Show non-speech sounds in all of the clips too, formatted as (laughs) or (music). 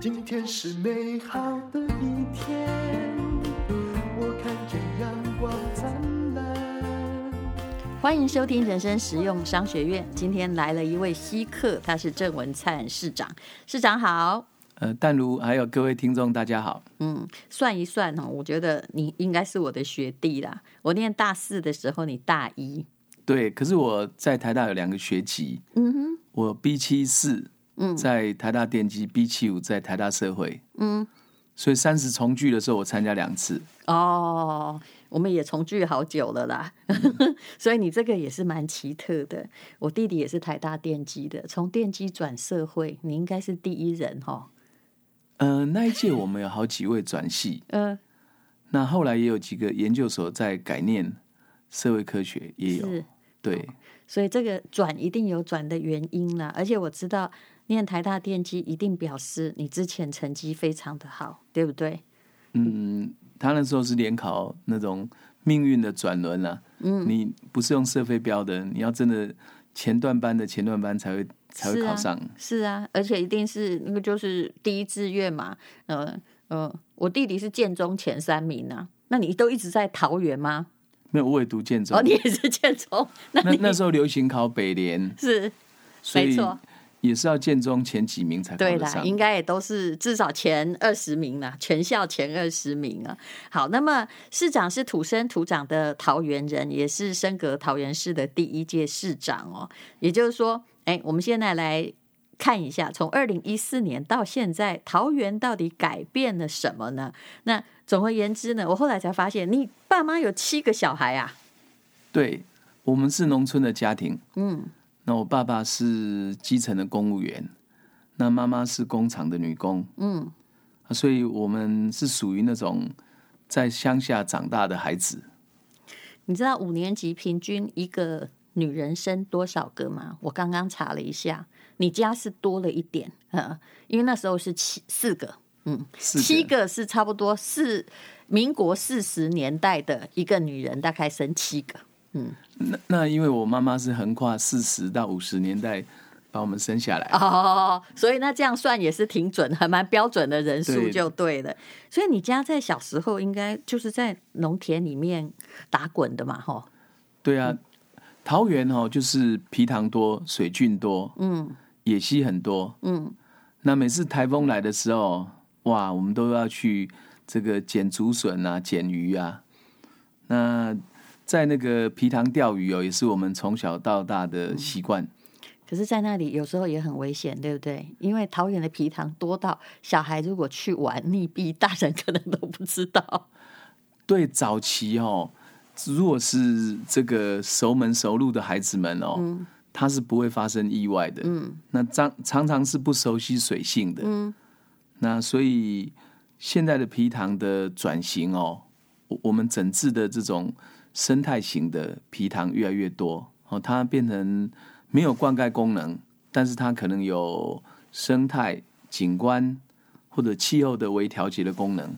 今天是美好的一天，我看见阳光灿烂。欢迎收听人生实用商学院。今天来了一位稀客，他是郑文灿市长。市长好，呃，淡如还有各位听众，大家好。嗯，算一算哦，我觉得你应该是我的学弟啦。我念大四的时候，你大一。对，可是我在台大有两个学籍，嗯哼，我 B 七四嗯在台大电机，B 七五在台大社会，嗯，所以三十重聚的时候我参加两次。哦，我们也重聚好久了啦， (laughs) 所以你这个也是蛮奇特的。我弟弟也是台大电机的，从电机转社会，你应该是第一人哦哈。呃，那一届我们有好几位转系， (laughs) 嗯、那后来也有几个研究所在改念社会科学，也有是，对，所以这个转一定有转的原因啦。而且我知道念台大电机一定表示你之前成绩非常的好，对不对？嗯，他那时候是联考那种命运的转轮啦、嗯，你不是用社会标的，你要真的前段班的前段班才会才会是啊考上。是啊，而且一定是那个就是第一志愿嘛。呃呃，我弟弟是建中前三名啊。那你都一直在桃园吗？没有，我也读建中。哦，你也是建中，那那你那时候流行考北联，是所没以错，也是要建中前几名才考对得啦，上。应该也都是至少前二十名啦，全校前二十名啊。好，那么市长是土生土长的桃园人，也是升格桃园市的第一届市长哦。也就是说，哎，我们现在来看一下，从二零一四年到现在，桃园到底改变了什么呢？那总而言之呢，我后来才发现，你爸妈有七个小孩啊，对，我们是农村的家庭。嗯，那我爸爸是基层的公务员，那妈妈是工厂的女工。嗯，啊所以我们是属于那种在乡下长大的孩子。你知道五年级平均一个女人生多少个吗？我刚刚查了一下，你家是多了一点， (laughs) 呃，因为那时候是七四个，四七个是差不多四民国四十年代的一个女人大概生七个，那那因为我妈妈是横跨四十到五十年代把我们生下来。哦，所以那这样算也是挺准，还蛮标准的人数对就对了。所以你家在小时候应该就是在农田里面打滚的嘛，吼，对啊，桃园哦，就是皮塘多、水郡多，嗯野溪很多。嗯，那每次台风来的时候，哇，我们都要去这个捡竹笋啊、捡鱼啊。那在那个皮塘钓鱼哦，也是我们从小到大的习惯。可是，在那里有时候也很危险，对不对？因为桃园的皮塘多到小孩如果去玩溺毙，大人可能都不知道。对，早期哦，如果是这个熟门熟路的孩子们哦，他是不会发生意外的。嗯，那常常常是不熟悉水性的。嗯，那所以现在的皮塘的转型哦，我我们整治的这种生态型的皮塘越来越多哦，它变成没有灌溉功能，但是它可能有生态景观或者气候的微调节的功能。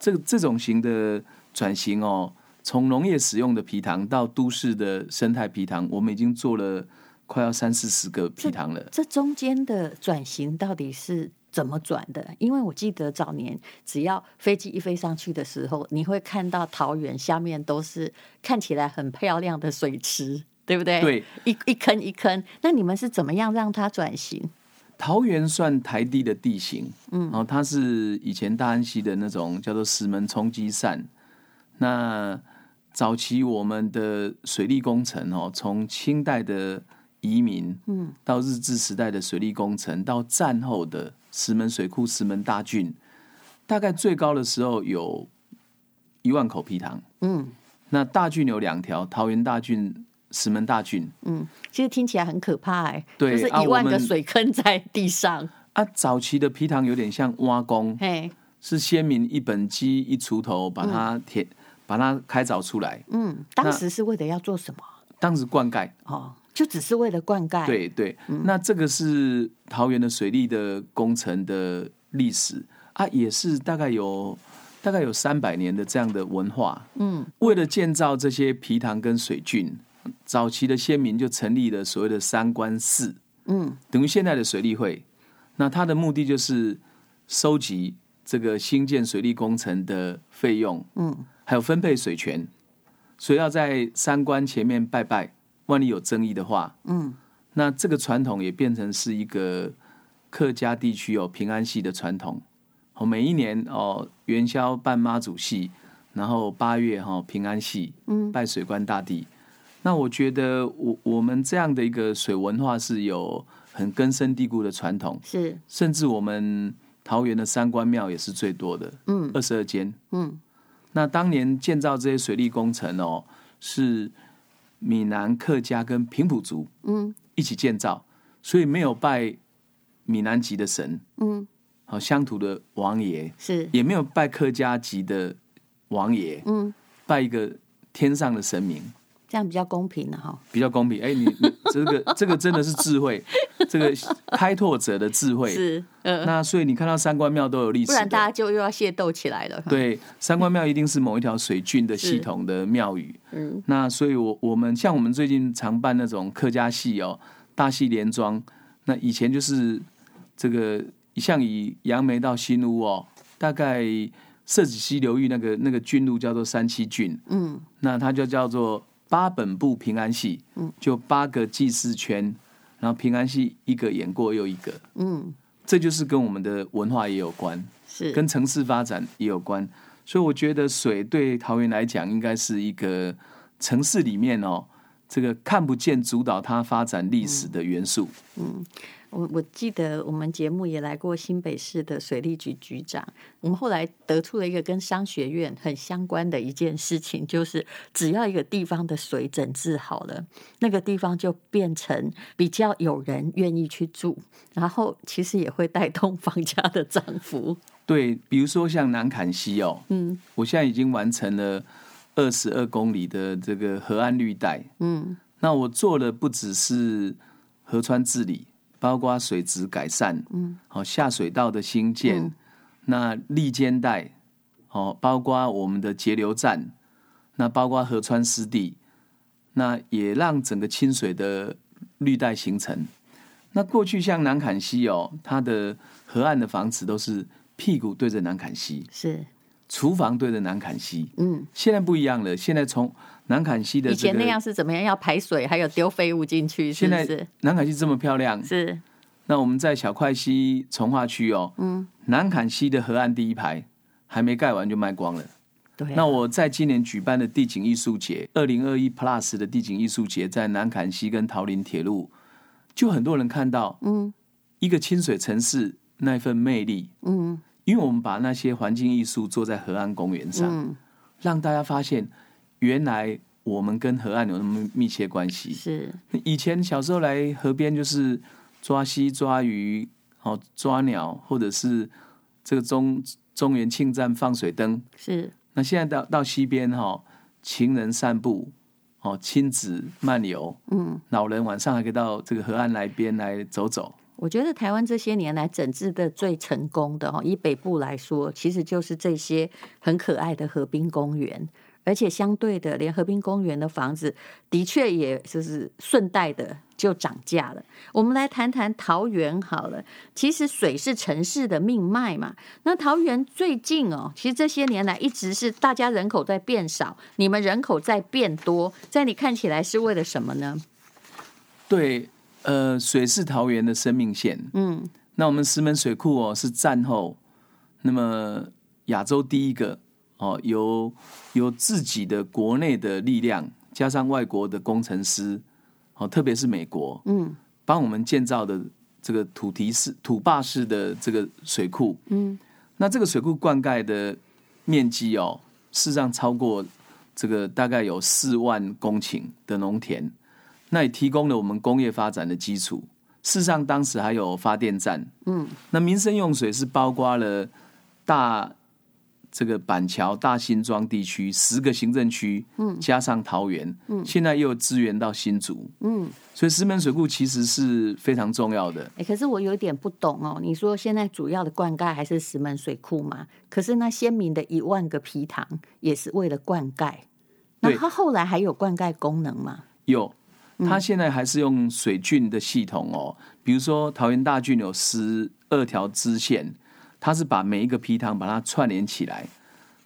这这种型的转型哦，从农业使用的皮塘到都市的生态皮塘，我们已经做了快要三四十个皮塘了。这中间的转型到底是怎么转的？因为我记得早年只要飞机一飞上去的时候，你会看到桃园下面都是看起来很漂亮的水池，对不对？对，一一坑一坑。那你们是怎么样让它转型？桃园算台地的地形，嗯，然后它是以前大安溪的那种叫做石门冲积扇。那早期我们的水利工程哦，从清代的移民，嗯，到日治时代的水利工程，到战后的石门水库、石门大郡，大概最高的时候有一万口皮塘。嗯那大郡有两条，桃园大郡、石门大郡嗯，其实听起来很可怕哎、对就是啊一万我个们水坑在地上，啊。早期的皮塘有点像挖工，嘿。是先民一本鸡一锄头把它填、把它开凿出来，嗯，当那时是为了要做什么？当时灌溉。哦，就只是为了灌溉。，对对，嗯那这个是桃园的水利的工程的历史啊，也是大概有大概有三百年的这样的文化。嗯，为了建造这些皮塘跟水郡，早期的先民就成立了所谓的三官寺，嗯，等于现在的水利会。那它的目的就是收集这个新建水利工程的费用，嗯，还有分配水权。所以要在三官前面拜拜，万一有争议的话，嗯，那这个传统也变成是一个客家地区哦平安戏的传统。哦，每一年哦元宵办妈祖戏，然后八月哈、哦、平安戏，嗯，拜水官大帝。那我觉得我我们这样的一个水文化是有很根深蒂固的传统，是，甚至我们桃园的三官庙也是最多的，嗯二十二间。嗯那当年建造这些水利工程哦，是闽南客家跟平埔族嗯一起建造，所以没有拜闽南籍的神，嗯，好乡土的王爷，是，也没有拜客家籍的王爷，嗯，拜一个天上的神明。这样比较公平了哈。比较公平，哎、你你 (laughs) 这个这个真的是智慧，这个开拓者的智慧。是，呃，那所以你看到三官庙都有历不史然大的，家就又要械斗起来了。，对，三官庙一定是某一条水郡的系统的庙宇。嗯那所以我，我们像我们最近常办那种客家戏哦，大戏连庄。那以前就是这个，像以杨梅到新屋哦，大概社子溪流域那个那个郡路叫做三七郡，嗯那它就叫做八本部平安戏，嗯就八个祭祀圈，然后平安戏一个演过又一个，嗯，这就是跟我们的文化也有关，是，跟城市发展也有关，所以我觉得水对桃园来讲，应该是一个城市里面哦，这个看不见主导它发展历史的元素。我我记得我们节目也来过新北市的水利局局长，我们后来得出了一个跟商学院很相关的一件事情，就是只要一个地方的水整治好了，那个地方就变成比较有人愿意去住，然后其实也会带动房价的涨幅。对，比如说像南坎溪哦，嗯我现在已经完成了二十二公里的这个河岸绿带，嗯那我做的不只是河川治理，包括水质改善，嗯，好下水道的兴建，嗯那立间带，哦，包括我们的节流站，那包括河川湿地，那也让整个清水的绿带形成。那过去像南坎溪哦，它的河岸的房子都是屁股对着南坎溪，是，厨房对着南坎溪。嗯，现在不一样了，现在从南坎溪的、这以个、前那样是怎么样？要排水，还有丢废物进去，是现不在是？南坎溪这么漂亮，是，那我们在小块溪从化区哦，嗯，南坎溪的河岸第一排还没盖完就卖光了。对啊、那我在今年举办的地景艺术节，二零二一 Plus 的地景艺术节，在南坎溪跟桃林铁路，就很多人看到嗯一个清水城市那份魅力，嗯因为我们把那些环境艺术做在河岸公园上，嗯，让大家发现原来我们跟河岸有那么密切关系。是，以前小时候来河边就是抓溪、抓鱼、哦抓鸟，或者是这个中中原庆站放水灯。是，那现在到到溪边哈、哦，情人散步，哦亲子漫游，嗯。老人晚上还可以到这个河岸来边来走走。我觉得台湾这些年来整治的最成功的哈，以北部来说，其实就是这些很可爱的河滨公园，而且相对的，连河滨公园的房子的确也就是顺带的就涨价了。我们来谈谈桃园好了，其实水是城市的命脉嘛。那桃园最近哦，其实这些年来一直是大家人口在变少，你们人口在变多，在你看起来是为了什么呢？对，呃，水是桃园的生命线。嗯那我们石门水库哦，是战后那么亚洲第一个哦，由由自己的国内的力量加上外国的工程师哦，特别是美国嗯帮我们建造的这个土堤式、土坝式的这个水库。嗯，那这个水库灌溉的面积哦，事实上超过这个大概有四万公顷的农田，那也提供了我们工业发展的基础。事实上，当时还有发电站，嗯，那民生用水是包括了大这个板桥、大新庄地区十个行政区，嗯，加上桃园，嗯，现在又支援到新竹，嗯，所以石门水库其实是非常重要的。哎、可是我有点不懂哦。你说现在主要的灌溉还是石门水库嘛？可是那先民的一万个皮塘也是为了灌溉，那对它后来还有灌溉功能吗？有它现在还是用水郡的系统哦，比如说桃园大郡有十二条支线，它是把每一个皮塘把它串联起来。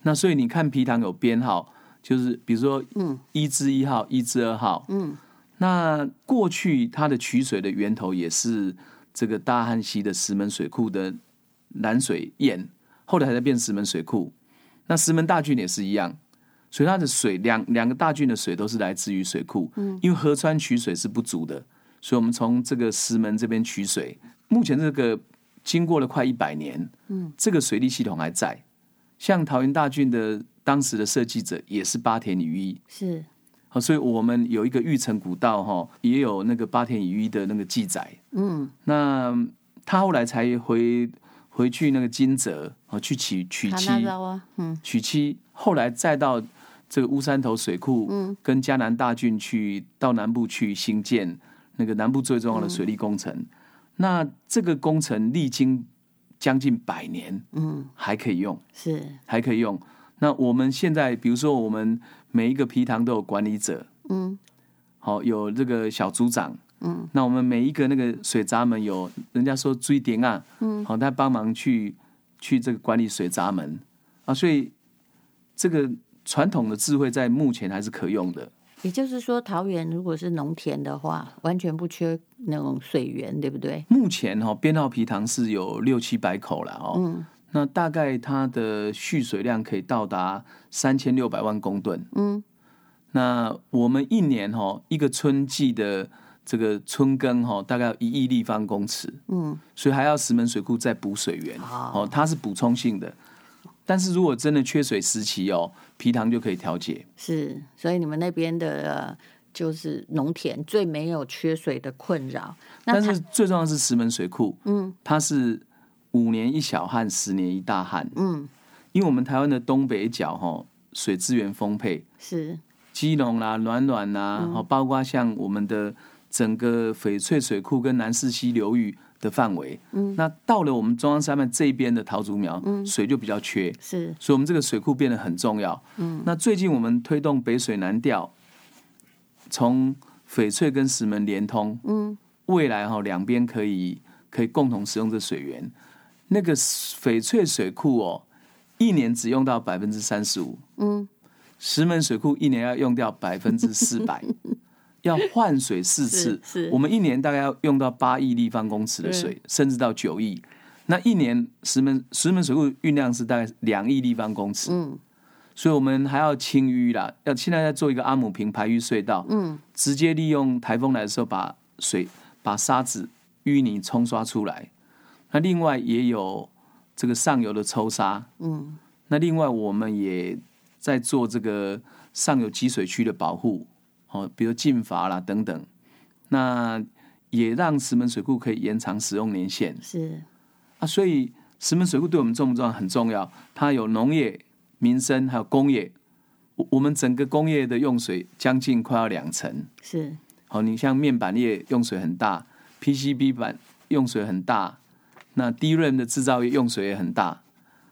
那所以你看皮塘有编号，就是比如说一至一号、一至二号，嗯，那过去它的取水的源头也是这个大汉溪的石门水库的蓝水堰，后来才变石门水库。那石门大郡也是一样，所以它的水两两个大郡的水都是来自于水库，因为河川取水是不足的，所以我们从这个石门这边取水。目前这个经过了快一百年，嗯，这个水利系统还在。像桃园大郡的当时的设计者也是八田雨衣，是好，所以我们有一个玉城古道哈，也有那个八田雨衣的那个记载。嗯，那他后来才回回去那个金泽啊，去娶娶他妻。那道啊，嗯，娶妻，后来再到这个乌山头水库，跟嘉南大郡去到南部去兴建那个南部最重要的水利工程。那这个工程历经将近百年，嗯，还可以用，是还可以用。那我们现在，比如说我们每一个皮塘都有管理者，嗯，好、有这个小组长，嗯，那我们每一个那个水闸门有人家说追点啊，嗯，好、他帮忙去去这个管理水闸门啊，所以这个传统的智慧在目前还是可用的。也就是说，桃园如果是农田的话，完全不缺那种水源，对不对？目前哈、哦，编号皮塘是有六七百口了哦，嗯那大概它的蓄水量可以到达三千六百万公吨，嗯，那我们一年哈、哦、一个春季的这个春耕哈、哦，大概有一亿立方公尺，嗯，所以还要石门水库再补水源，哦哦，它是补充性的。但是如果真的缺水时期哦，皮塘就可以调节。是，所以你们那边的。呃就是农田最没有缺水的困扰，那但它是最重要的是石门水库，嗯，它是五年一小旱，十年一大旱，嗯，因为我们台湾的东北角哈、哦、水资源丰沛，是基隆啦、暖暖啦，好、包括像我们的整个翡翠水库跟南势溪流域的范围，嗯，那到了我们中央山脉这边的桃竹苗，水就比较缺，是所以我们这个水库变得很重要，嗯，那最近我们推动北水南调，从翡翠跟石门连通，嗯，未来哈、两边可以可以共同使用这水源，那个翡翠水库哦，一年只用到百分之三十五，嗯，石门水库一年要用掉百分之四 (laughs) 百，要换水四次，是是我们一年大概要用到八亿立方公尺的水，甚至到九亿。那一年石门石门水库运量是大概两亿立方公尺，嗯，所以我们还要清淤啦，要现在在做一个阿姆平排淤隧道，嗯，直接利用台风来的时候把水、把沙子、淤泥冲刷出来。那另外也有这个上游的抽沙，嗯，那另外我们也在做这个上游集水区的保护，哦，比如禁伐啦等等，那也让石门水库可以延长使用年限。是啊，所以石门水库对我们重不重要？很重要，它有农业、民生还有工业。我我们整个工业的用水将近快要两成。是好，你像面板业用水很大，PCB 板用水很大，那 DRAM 的制造业用水也很大，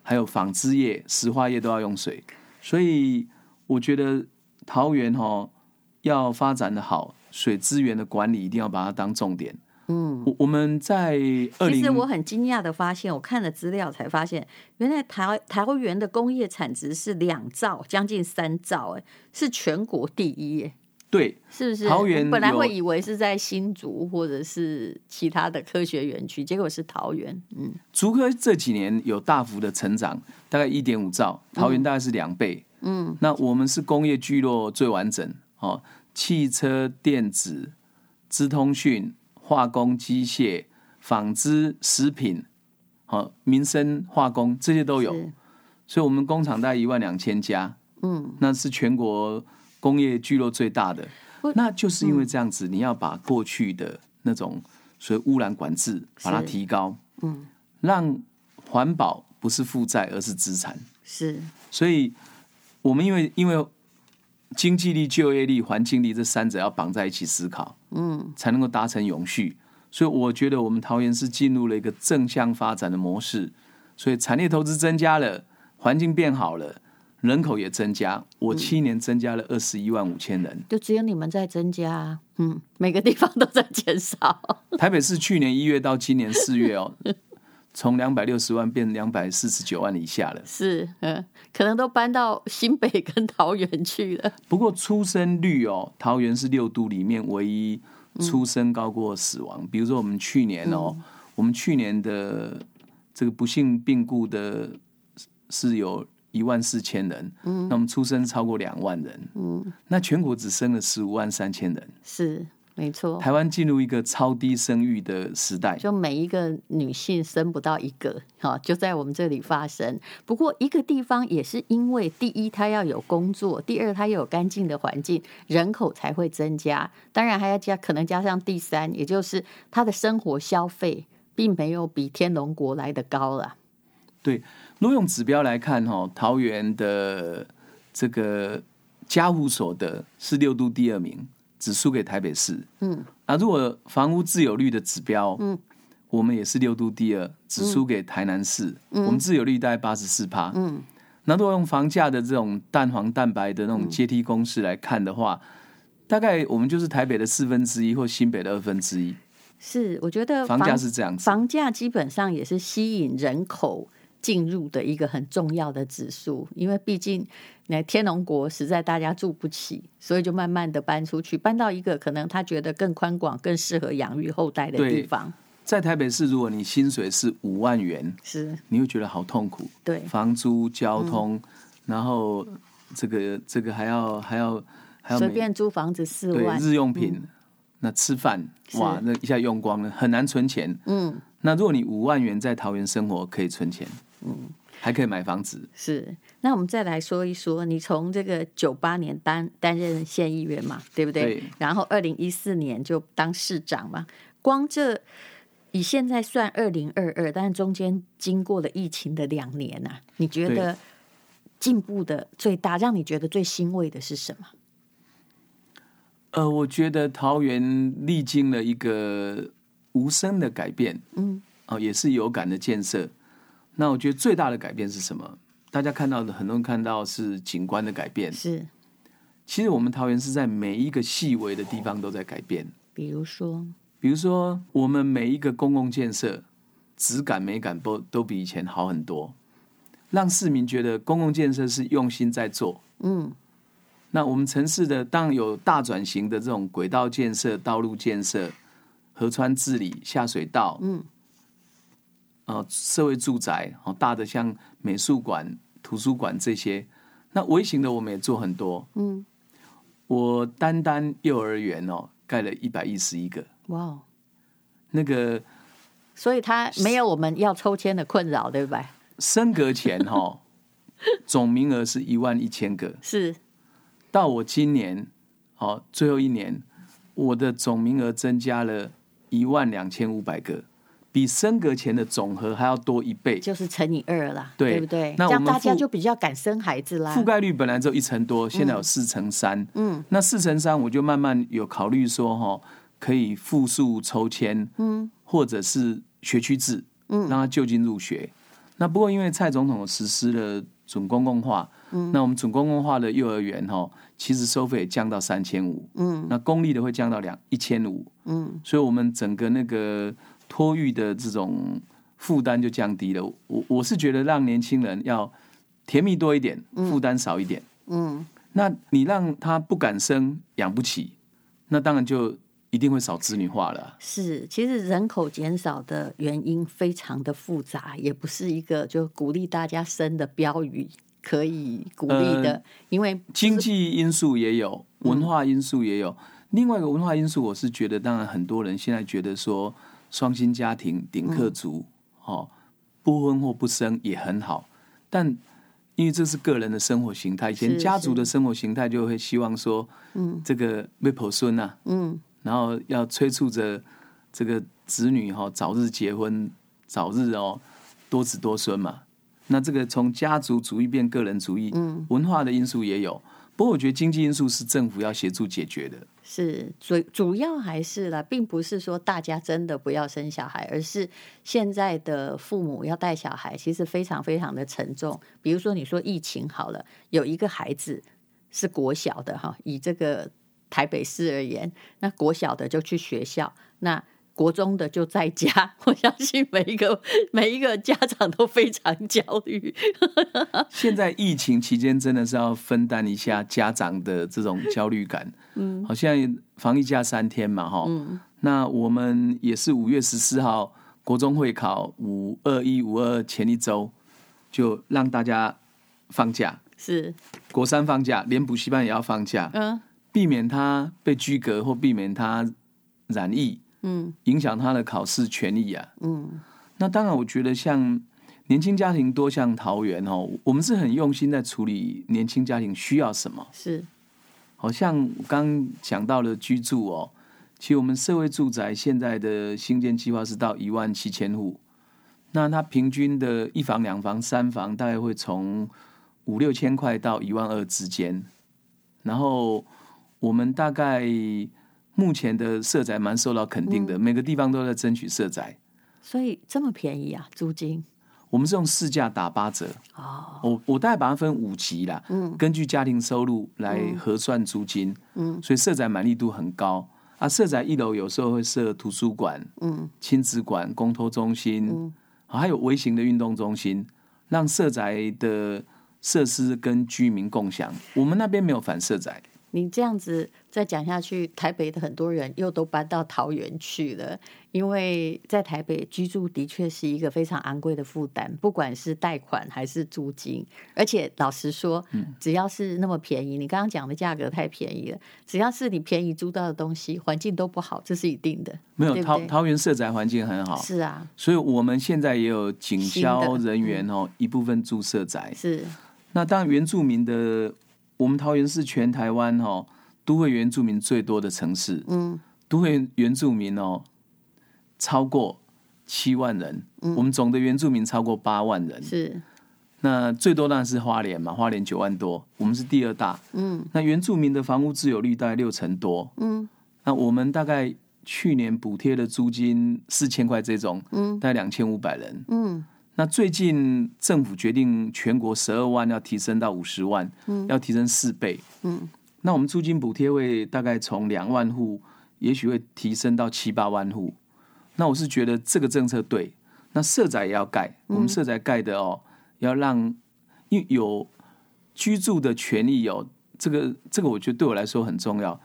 还有纺织业、石化业都要用水。所以我觉得桃园哦，要发展的好，水资源的管理一定要把它当重点。嗯，我我们在二其零实我很惊讶的发现，我看了资料才发现，原来台桃园的工业产值是两兆，将近三兆，哎，是全国第一，哎，对是不是？桃园我本来有会以为是在新竹或者是其他的科学园区，结果是桃园，嗯，竹科这几年有大幅的成长，大概一点五兆，桃园大概是两倍。嗯，那我们是工业聚落最完整哦，汽车、电子、资通讯、化工、机械、纺织、食品，哦，民生、化工这些都有。是所以我们工厂大概一万两千家，嗯，那是全国工业聚落最大的不。那就是因为这样子，你要把过去的那种所谓污染管制把它是提高，嗯，让环保不是负债而是资产。是所以我们因为因为经济力、就业力、环境力这三者要绑在一起思考，嗯，才能够达成永续。所以我觉得我们桃园是进入了一个正向发展的模式，所以产业投资增加了，环境变好了，人口也增加，我七年增加了二十一万五千人。就只有你们在增加，嗯，每个地方都在减少， (laughs) 台北市去年一月到今年四月哦，从两百六十万变两百四十九万以下了。是，嗯，可能都搬到新北跟桃园去了，不过出生率哦，桃园是六都里面唯一出生高过死亡。比如说我们去年哦，我们去年的这个不幸病故的是有一万四千人，嗯，那我们出生超过两万人，嗯，那全国只生了十五万三千人，是没错。台湾进入一个超低生育的时代。就每一个女性生不到一个，哈，就在我们这里发生。不过一个地方也是因为，第一，它要有工作；第二，它要有干净的环境，人口才会增加。当然还要加，可能加上第三，也就是它的生活消费并没有比天龙国来的高了。对，如果用指标来看哦，桃园的这个家户所得是六度第二名，只输给台北市。嗯，啊，如果房屋自有率的指标，嗯，我们也是六度第二，只输给台南市。我们自有率大概八十四趴。嗯，那如果用房价的这种蛋黄蛋白的那嗯种阶梯公式来看的话，大概我们就是台北的四分之一或新北的二分之一，是，我觉得房价是这样子。呃房价基本上也是吸引人口进入的一个很重要的指数，因为毕竟那天龙国实在大家住不起，所以就慢慢的搬出去，搬到一个可能他觉得更宽广、更适合养育后代的地对方。在台北市，如果你薪水是五万元，是你会觉得好痛苦，对，房租、交嗯通，然后这个这个还要还要还要随每便嗯租房子四对万，日用品，那吃饭哇，那一下用光了，很难存钱。嗯，那如果你五万元在桃园生活，可以存钱，嗯还可以买房子。是。那我们再来说一说，你从这个九八年担担任县议员嘛，对不对？对然后二零一四年就当市长嘛，光这以现在算二零二二，但是中间经过了疫情的两年呐、你觉得进步的最大，让你觉得最欣慰的是什么？呃，我觉得桃园历经了一个无声的改变，嗯，哦，也是有感的建设。那我觉得最大的改变是什么？大家看到的，很多人看到是景观的改变。是，其实我们桃园是在每一个细微的地方都在改变。比如说，比如说，我们每一个公共建设，质感、美感都都比以前好很多，让市民觉得公共建设是用心在做。嗯，那我们城市的当然有大转型的这种轨道建设、道路建设、河川治理、下水道，嗯，呃，社会住宅，哦，大的像美术馆、图书馆这些。那微型的我们也做很多，嗯，我单单幼儿园哦，盖了一百一十一个，哇哦，那个所以他没有我们要抽签的困扰，对吧？升格前哈、哦，总名额是一万一千个。是到我今年，哦，最后一年，我的总名额增加了一万两千五百个，比升格前的总和还要多一倍，就是乘以二啦，对不对？那这我样们大家覆就比较敢生孩子啦。覆盖率本来只有一成多，现在有四成三。嗯，那四成三我就慢慢有考虑说，哈、可以复数抽签，嗯，或者是学区制，嗯，让他就近入学。那不过因为蔡总统实施了准公共化，嗯，那我们准公共化的幼儿园哈，其实收费也降到三千五，嗯，那公立的会降到两一千五，嗯，所以我们整个那个托育的这种负担就降低了。我我是觉得让年轻人要甜蜜多一点，负担少一点。嗯，那你让他不敢生，养不起，那当然就一定会少子女化了。是，其实人口减少的原因非常的复杂，也不是一个就鼓励大家生的标语可以鼓励的，呃因为经济因素也有，嗯文化因素也有。另外一个文化因素，我是觉得，当然很多人现在觉得说，双薪家庭、顶客族，嗯哦，不婚或不生也很好，但因为这是个人的生活形态，以前是家族是的生活形态就会希望说，嗯，这个未婆孙啊，嗯，然后要催促着这个子女哈、早日结婚，早日哦多子多孙嘛。那这个从家族主义变个人主义，嗯，文化的因素也有。不过我觉得经济因素是政府要协助解决的。是主主要还是啦，并不是说大家真的不要生小孩，而是现在的父母要带小孩，其实非常非常的沉重。比如说，你说疫情好了，有一个孩子是国小的哈，以这个台北市而言，那国小的就去学校，那国中的就在家。 (laughs) 我相信每一个每一个家长都非常焦虑。 (laughs) 现在疫情期间真的是要分担一下家长的这种焦虑感。嗯，好，现在防疫假三天嘛，哈，嗯，那我们也是五月十四号国中会考五二一五二前一周就让大家放假，是，国三放假，连补习班也要放假，嗯避免他被拘格或避免他染疫，嗯影响他的考试权益啊。嗯，那当然，我觉得像年轻家庭多像桃园哦，我们是很用心在处理年轻家庭需要什么。是好像我刚刚讲到了居住哦，其实我们社会住宅现在的新建计划是到一万七千户，那它平均的一房、两房、三房大概会从五六千块到一万二之间，然后我们大概目前的社宅蛮受到肯定的，每个地方都在争取社宅。所以这么便宜啊，租金我们是用市价打八折，哦，我我大概把它分五级啦，根据家庭收入来核算租金，嗯所以社宅满力度很高啊。社宅一楼有时候会设图书馆、嗯亲子馆、公托中心，啊还有微型的运动中心，让社宅的设施跟居民共享。我们那边没有反社宅，你这样子再讲下去，台北的很多人又都搬到桃园去了，因为在台北居住的确是一个非常昂贵的负担，不管是贷款还是租金。而且老实说，只要是那么便宜，你刚刚讲的价格太便宜了，只要是你便宜租到的东西，环境都不好，这是一定的。没有对不桃对桃园社宅环境很好，是啊，所以我们现在也有警消新的嗯人员哦，一部分住社宅。是那当然，原住民的我们桃园是全台湾哦，都会原住民最多的城市，嗯都会原住民哦超过七万人，我们总的原住民超过八万人。是那最多当然是花莲嘛，花莲九万多，我们是第二大。嗯那原住民的房屋自有率大概六成多，嗯那我们大概去年补贴的租金四千块这种，嗯大概两千五百人。嗯那最近政府决定全国十二万要提升到五十万，要提升四倍。嗯，那我们租金补贴会大概从两万户，也许会提升到七八万户。那我是觉得这个政策对，那社宅也要盖，嗯我们社宅盖的哦，要让因为有居住的权利哦，这个这个我觉得对我来说很重要。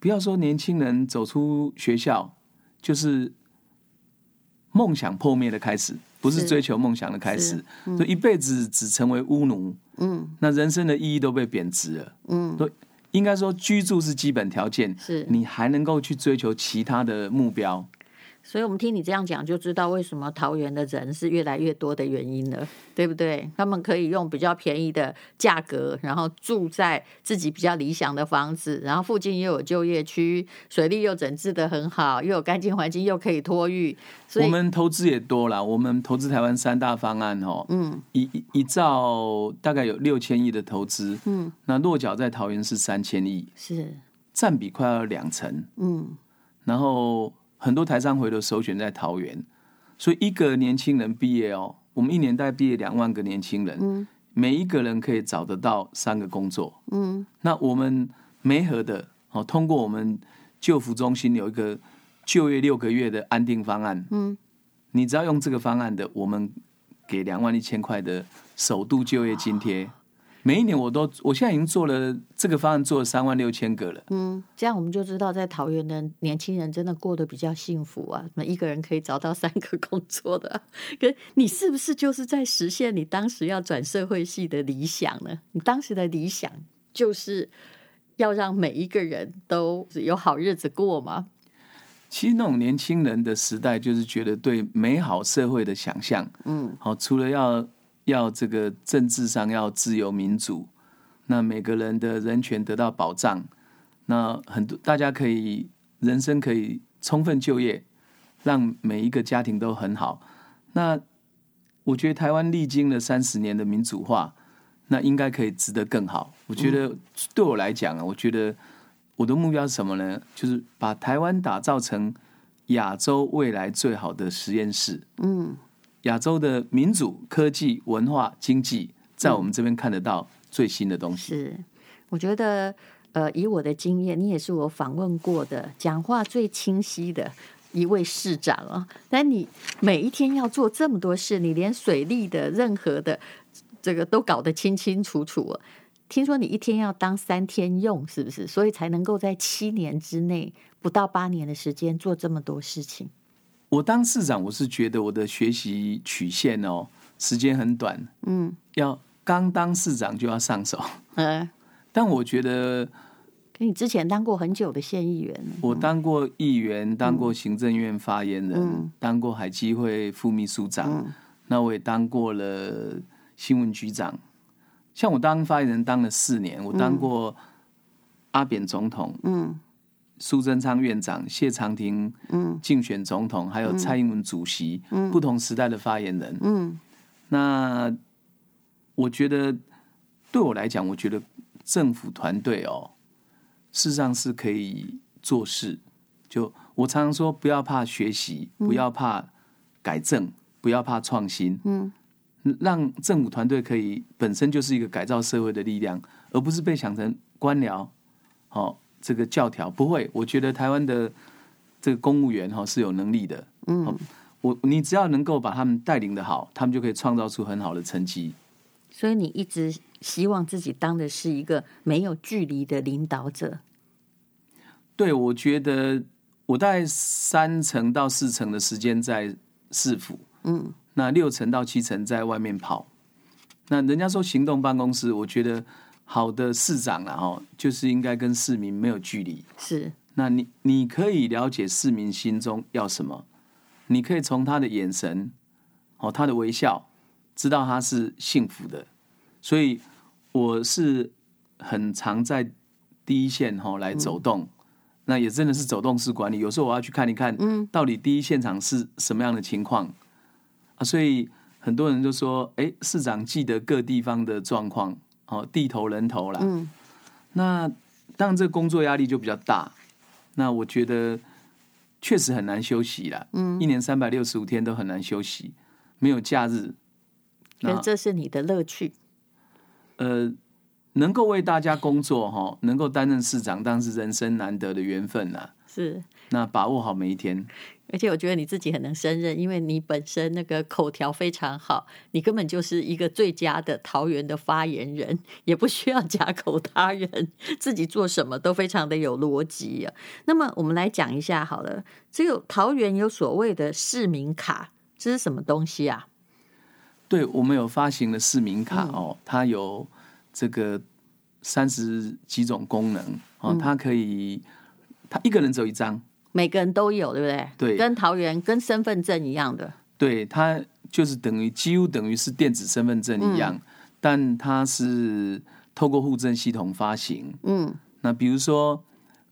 不要说年轻人走出学校就是梦想破灭的开始，不是是追求梦想的开始是，就一辈子只成为乌奴，嗯那人生的意义都被贬值了。嗯，应该说，居住是基本条件，是。你还能够去追求其他的目标。所以，我们听你这样讲，就知道为什么桃园的人是越来越多的原因了，对不对？他们可以用比较便宜的价格，然后住在自己比较理想的房子，然后附近又有就业区，水利又整治的很好，又有干净环境，又可以托育。所我以，们投资也多了，我们投资台湾三大方案哦，嗯一一一兆大概有六千亿的投资，嗯，那落脚在桃园是三千亿，是，占比快要两成。嗯然后很多台商回流首选在桃园，所以一个年轻人毕业哦，我们一年大概毕业两万个年轻人，嗯每一个人可以找得到三个工作。嗯那我们梅河的哦，通过我们就服中心有一个就业六个月的安定方案，嗯，你只要用这个方案的，我们给两万一千块的首度就业津贴。每一年我都，我现在已经做了这个方案，做了三万六千个了。嗯，这样我们就知道，在桃园的年轻人真的过得比较幸福啊。那一个人可以找到三个工作的啊， (laughs) 可你是不是就是在实现你当时要转社会系的理想呢？你当时的理想就是要让每一个人都有好日子过嘛？其实那种年轻人的时代，就是觉得对美好社会的想象，嗯，好、除了要要这个政治上要自由民主，那每个人的人权得到保障，那很多大家可以人生可以充分就业，让每一个家庭都很好。那我觉得台湾历经了三十年的民主化，那应该可以值得更好。我觉得对我来讲啊，我觉得我的目标是什么呢？就是把台湾打造成亚洲未来最好的实验室。嗯，亚洲的民主、科技、文化、经济，在我们这边看得到最新的东西。是，我觉得呃，以我的经验，你也是我访问过的讲话最清晰的一位市长啊、哦。但你每一天要做这么多事，你连水利的任何的这个都搞得清清楚楚、哦。听说你一天要当三天用，是不是？所以才能够在七年之内，不到八年的时间做这么多事情。我当市长，我是觉得我的学习曲线哦，时间很短，嗯要刚当市长就要上手。呃，但我觉得可你之前当过很久的县议员呢，我当过议员，当过行政院发言人，嗯当过海基会副秘书长，嗯那我也当过了新闻局长。像我当发言人当了四年，我当过阿扁总统、嗯苏贞昌院长、谢长廷嗯竞选总统，还有蔡英文主席，嗯不同时代的发言人。嗯那我觉得对我来讲，我觉得政府团队哦，事实上是可以做事。就我常常说，不要怕学习，不要怕改正，不要怕创新，嗯让政府团队可以本身就是一个改造社会的力量，而不是被想成官僚。哦，这个教条不会，我觉得台湾的这个公务员哈、哦、是有能力的，哦嗯，我你只要能够把他们带领的好，他们就可以创造出很好的成绩。所以你一直希望自己当的是一个没有距离的领导者。对，我觉得我大概三成到四成的时间在市府，嗯那六成到七成在外面跑。那人家说行动办公室，我觉得好的市长啦，哈，就是应该跟市民没有距离。，是，那你你可以了解市民心中要什么，你可以从他的眼神，哦，他的微笑，知道他是幸福的。所以我是很常在第一线哈、哦、来走动，那也真的是走动式管理。有时候我要去看一看，嗯，到底第一现场是什么样的情况啊？所以很多人就说，哎，市长记得各地方的状况，哦，地头人头啦，嗯那当然，这个工作压力就比较大。那我觉得确实很难休息啦，嗯，一年三百六十五天都很难休息，没有假日。可那是这是你的乐趣。呃，能够为大家工作哈，能够担任市长，当然是人生难得的缘分啦。是，那把握好每一天，而且我觉得你自己很能胜任，因为你本身那个口条非常好，你根本就是一个最佳的桃园的发言人，也不需要假口他人，自己做什么都非常的有逻辑、啊。那么我们来讲一下好了，只有桃园有所谓的市民卡，这是什么东西啊？对我们有发行的市民卡哦，它有这个三十几种功能哦，它可以，它一个人只有一张，每个人都有，对不对？对跟桃园跟身份证一样的。对，它就是等于几乎等于是电子身份证一样，但它是透过户政系统发行。嗯那比如说，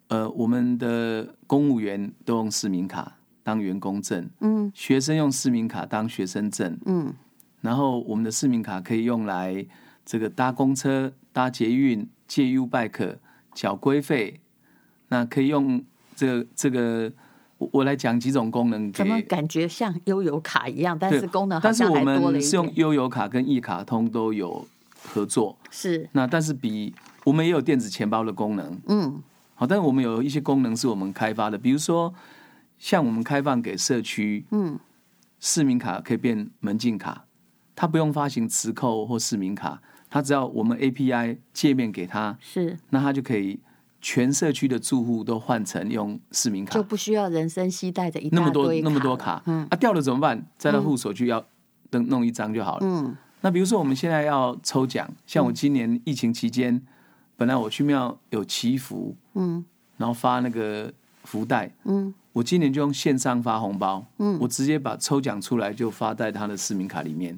呃，我们的公务员都用市民卡当员工证，嗯学生用市民卡当学生证，嗯然后我们的市民卡可以用来这个搭公车、搭捷运、借 U bike、缴规费，那可以用这个这个。我我来讲几种功能给怎么感觉像悠游卡一样，但对是功能好但是像我还多了们一是用点。悠游卡跟一卡通都有合作，是，那但是比我们也有电子钱包的功能，嗯好，但是我们有一些功能是我们开发的，比如说像我们开放给社区嗯市民卡可以变门禁卡，它不用发行磁扣或市民卡，它只要我们 API 界面给它，是，那它就可以全社区的住户都换成用市民卡就，不需要人生携带着一那大么多堆那么多了卡，嗯啊掉了怎么办？再到户所去要弄弄一张就好了。嗯那比如说我们现在要抽奖，像我今年疫情期间，本来我去庙有祈福，嗯然后发那个福袋，嗯我今年就用线上发红包，嗯我直接把抽奖出来就发在他的市民卡里面，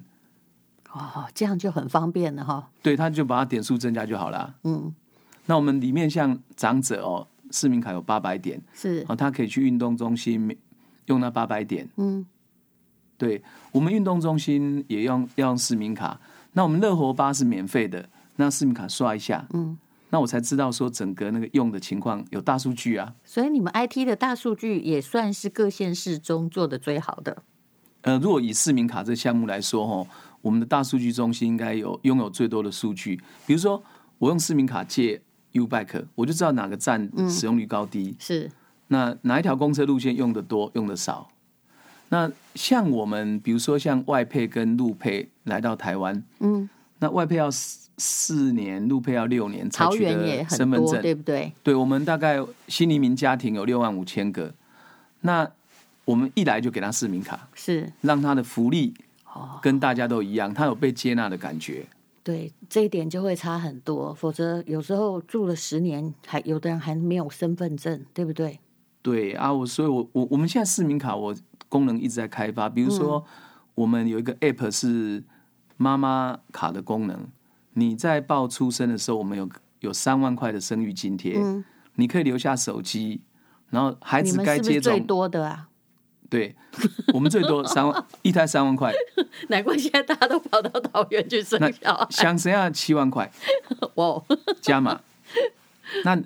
哦，这样就很方便了哈。对，他就把他点数增加就好啦。嗯，那我们里面像长者哦，市民卡有八百点，是，哦，他可以去运动中心用那八百点，嗯对我们运动中心也用要用市民卡，那我们乐活吧是免费的，那市民卡刷一下，嗯，那我才知道说整个那个用的情况有大数据啊。所以你们 IT 的大数据也算是各县市中做的最好的。呃，如果以市民卡这项目来说，哈，我们的大数据中心应该有拥有最多的数据。比如说，我用市民卡借 U Bike，我就知道哪个站使用率高低，是那哪一条公车路线用的多，用的少。那像我们，比如说像外配跟陆配来到台湾，嗯，那外配要四四年，陆配要六年才桃取园也得很身份多，证，对不对？对，我们大概新移民家庭有六万五千个，那我们一来就给他市民卡，是让他的福利哦，跟大家都一样，他有被接纳的感觉。对，这一点就会差很多。否则有时候住了十年，还有的人还没有身份证，对不对？对啊，我所以我，我我们现在市民卡我功能一直在开发，比如说嗯我们有一个 app 是妈妈卡的功能，你在报出生的时候，我们有有三万块的生育津贴，嗯你可以留下手机，然后孩你子们该是不接是种，最多的啊？对，我们最 (laughs) 多三万一胎三万块，难怪现在大家都跑到桃园去生那小孩。想怎样七万块哇哦，加码，那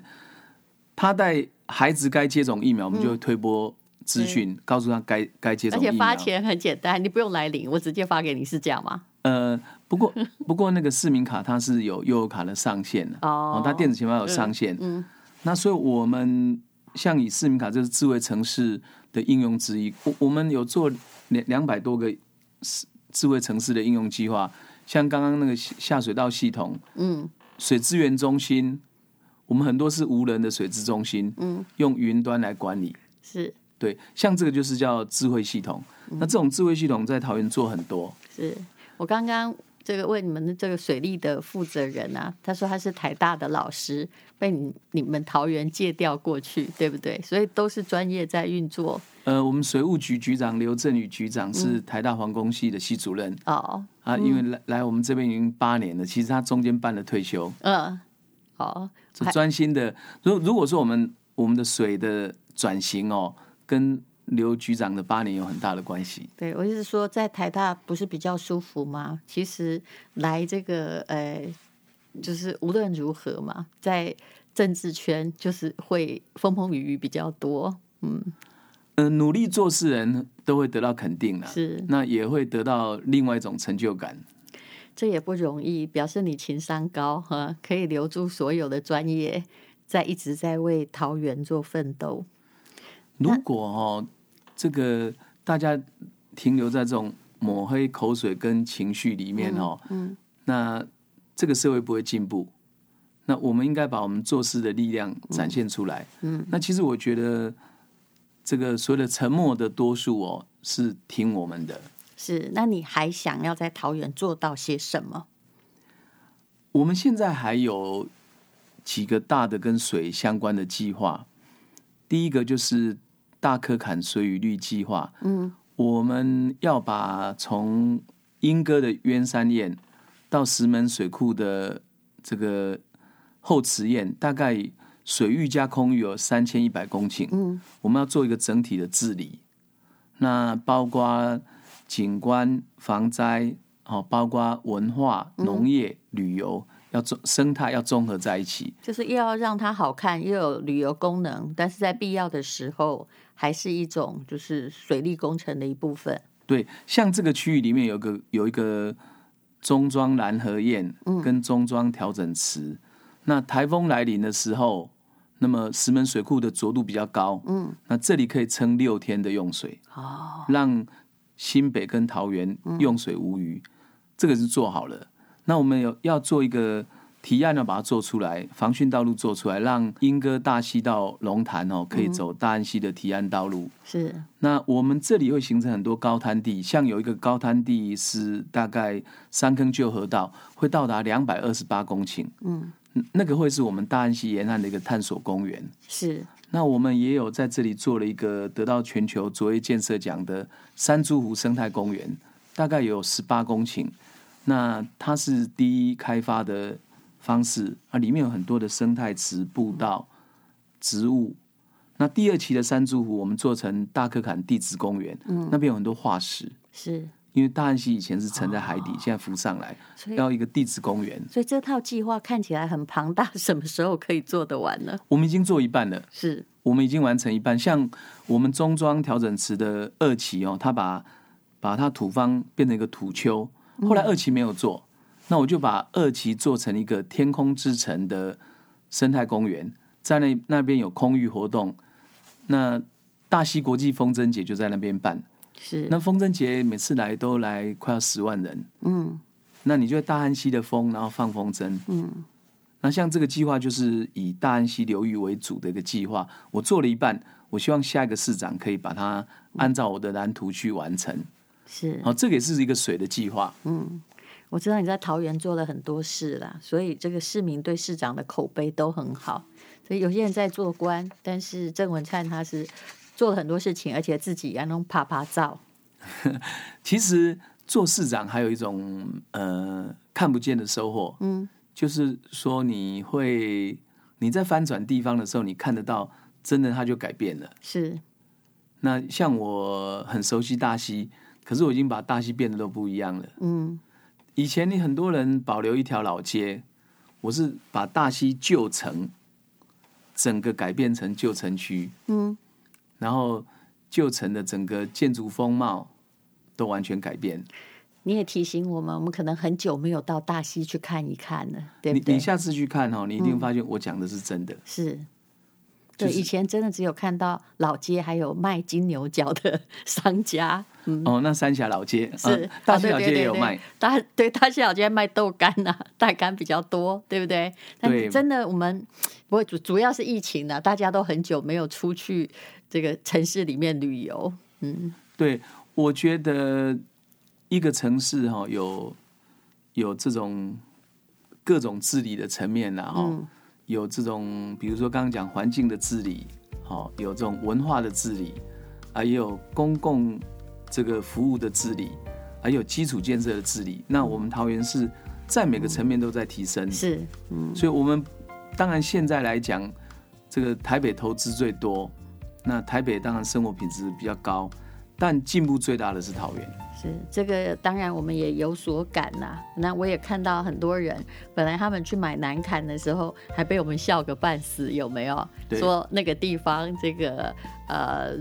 他带孩子该接种疫苗，我们就会推播资讯，告诉他该该接嗯而种疫且苗。发钱很简单，你不用来领，我直接发给你，是这样吗？呃，不过 (laughs) 不过那个市民卡它是有悠游卡的上限的哦它电子钱包有上限。嗯嗯那所以我们像以市民卡这是智慧城市的应用之一，我我们有做两两百多个市智慧城市的应用计划，像刚刚那个下下水道系统、嗯，水资源中心，我们很多是无人的水资中心，嗯，用云端来管理。是对，像这个就是叫智慧系统。嗯那这种智慧系统在桃园做很多，是。我刚刚这个问你们的这个水利的负责人啊，他说他是台大的老师，被你你们桃园借调过去，对不对？所以都是专业在运作呃，我们水务局局长刘振宇局长是嗯台大皇宫系的系主任、哦，啊，因为来来我们这边已经八年了，其实他中间办了退休，嗯，哦，就还专心的。如如果说我们我们的水的转型哦，跟刘局长的八年有很大的关系。对，我就是说，在台大不是比较舒服吗？其实来这个呃，就是无论如何嘛，在政治圈就是会风风雨雨比较多。嗯、努力做事人都会得到肯定啦，是那也会得到另外一种成就感。这也不容易，表示你情商高哈，可以留住所有的专业，在一直在为桃园做奋斗。如果哦，这个大家停留在这种抹黑、口水跟情绪里面哦，嗯嗯那这个社会不会进步。那我们应该把我们做事的力量展现出来。嗯那其实我觉得，这个所谓的沉默的多数哦，是听我们的。是，那你还想要在桃园做到些什么？我们现在还有几个大的跟水相关的计划，第一个就是大科坎水与绿计划。嗯，我们要把从莺歌的鸳山堰到石门水库的这个后池堰，大概水域加空域有三千一百公顷。嗯，我们要做一个整体的治理，那包括景观、防灾，哦，包括文化、农业、旅游，要综生态要综合在一起。就是又要让它好看，又有旅游功能，但是在必要的时候，还是一种就是水利工程的一部分。对，像这个区域里面有个有一个中庄拦河堰跟中庄调整池，那台风来临的时候，那么石门水库的浊度比较高，嗯，那这里可以撑六天的用水，哦，让新北跟桃园用水无虞，这个是做好了。那我们有要做一个提案，要把它做出来，防汛道路做出来，让莺歌大溪到龙潭哦，可以走大安溪的提案道路。是那我们这里会形成很多高滩地，像有一个高滩地是大概三坑旧河道会到达两百二十八公顷，嗯，那个会是我们大安溪沿岸的一个探索公园。是那我们也有在这里做了一个得到全球卓越建设奖的山猪湖生态公园，大概有十八公顷。那它是第一开发的方式啊，里面有很多的生态池、步道、植物。那第二期的山猪湖，我们做成大可坎地质公园，那边有很多化石，是因为大汉溪以前是沉在海底，现在浮上来，所以要一个地质公园。所以这套计划看起来很庞大， (laughs) 什么时候可以做得完呢？我们已经做一半了，是我们已经完成一半。像我们中庄调整池的二期哦，它把把它土方变成一个土丘，后来二期没有做，那我就把二期做成一个天空之城的生态公园，在那那边有空域活动。那大溪国际风筝节就在那边办，是，那风筝节每次来都来快要十万人，嗯那你就在大安溪的风，然后放风筝。嗯，那像这个计划就是以大安溪流域为主的一个计划，我做了一半，我希望下一个市长可以把它按照我的蓝图去完成。嗯是。好，这个也是一个水的计划。我知道你在桃园做了很多事啦，所以这个市民对市长的口碑都很好。所以有些人在做官，但是郑文灿他是做了很多事情，而且自己也弄啪啪照。其实做市长还有一种呃看不见的收获，嗯，就是说你会你在翻转地方的时候，你看得到真的它就改变了。是那像我很熟悉大溪，可是我已经把大溪变得都不一样了。嗯以前你很多人保留一条老街，我是把大溪旧城整个改变成旧城区，嗯，然后旧城的整个建筑风貌都完全改变。你也提醒我们，我们可能很久没有到大溪去看一看了，对你不对嗯你？下次去看哦，你一定发现我讲的是真的。是。就对，是以前真的只有看到老街，还有卖金牛角的 (laughs) 商家，哦，那三峡老街、嗯是、大啊溪对老对街对也有对卖，大对大溪老街卖豆干啊， (laughs) 蛋干比较多，对不对？但对真的我们不过主主要是疫情了、大家都很久没有出去这个城市里面旅游，对，我觉得一个城市哈、有有这种各种治理的层面啦哈、有这种比如说刚刚讲环境的治理，哦，有这种文化的治理，啊，也有公共这个服务的治理，还有基础建设的治理。那我们桃园市在每个层面都在提升，是所以我们当然现在来讲，这个台北投资最多，那台北当然生活品质比较高，但进步最大的是桃园。是，这个当然我们也有所感呐、那我也看到很多人，本来他们去买南坎的时候，还被我们笑个半死，有没有？对说那个地方这个呃，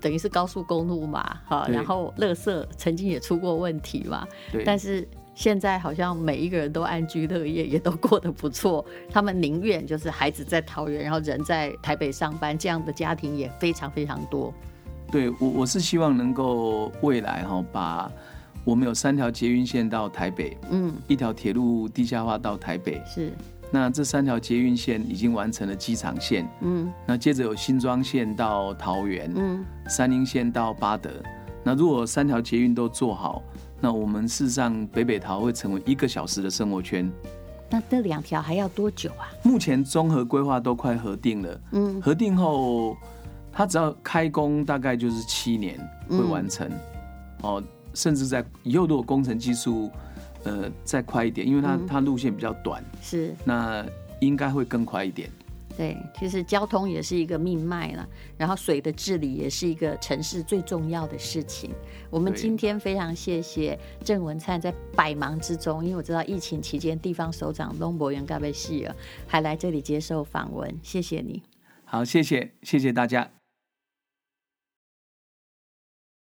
等于是高速公路嘛，哈，对然后垃圾曾经也出过问题嘛，对，但是现在好像每一个人都安居乐业，也都过得不错。 (laughs) 他们宁愿就是孩子在桃园，然后人在台北上班，这样的家庭也非常非常多。对我我是希望能够未来哈、把我们有三条捷运线到台北，嗯，一条铁路地下化到台北，是，那这三条捷运线已经完成了机场线，嗯那接着有新庄线到桃园，嗯，三林线到巴德。那如果三条捷运都做好，那我们事实上北北桃会成为一个小时的生活圈。那这两条还要多久啊？目前综合规划都快核定了，嗯核定后它只要开工大概就是七年会完成，哦，甚至在以后如果工程技术呃再快一点，因为它、它路线比较短，是那应该会更快一点。对，其实交通也是一个命脉了，然后水的治理也是一个城市最重要的事情。我们对今天非常谢谢郑文灿在百忙之中，因为我知道疫情期间地方首长龙博元盖贝希尔还来这里接受访问，谢谢你。好，谢谢谢谢大家。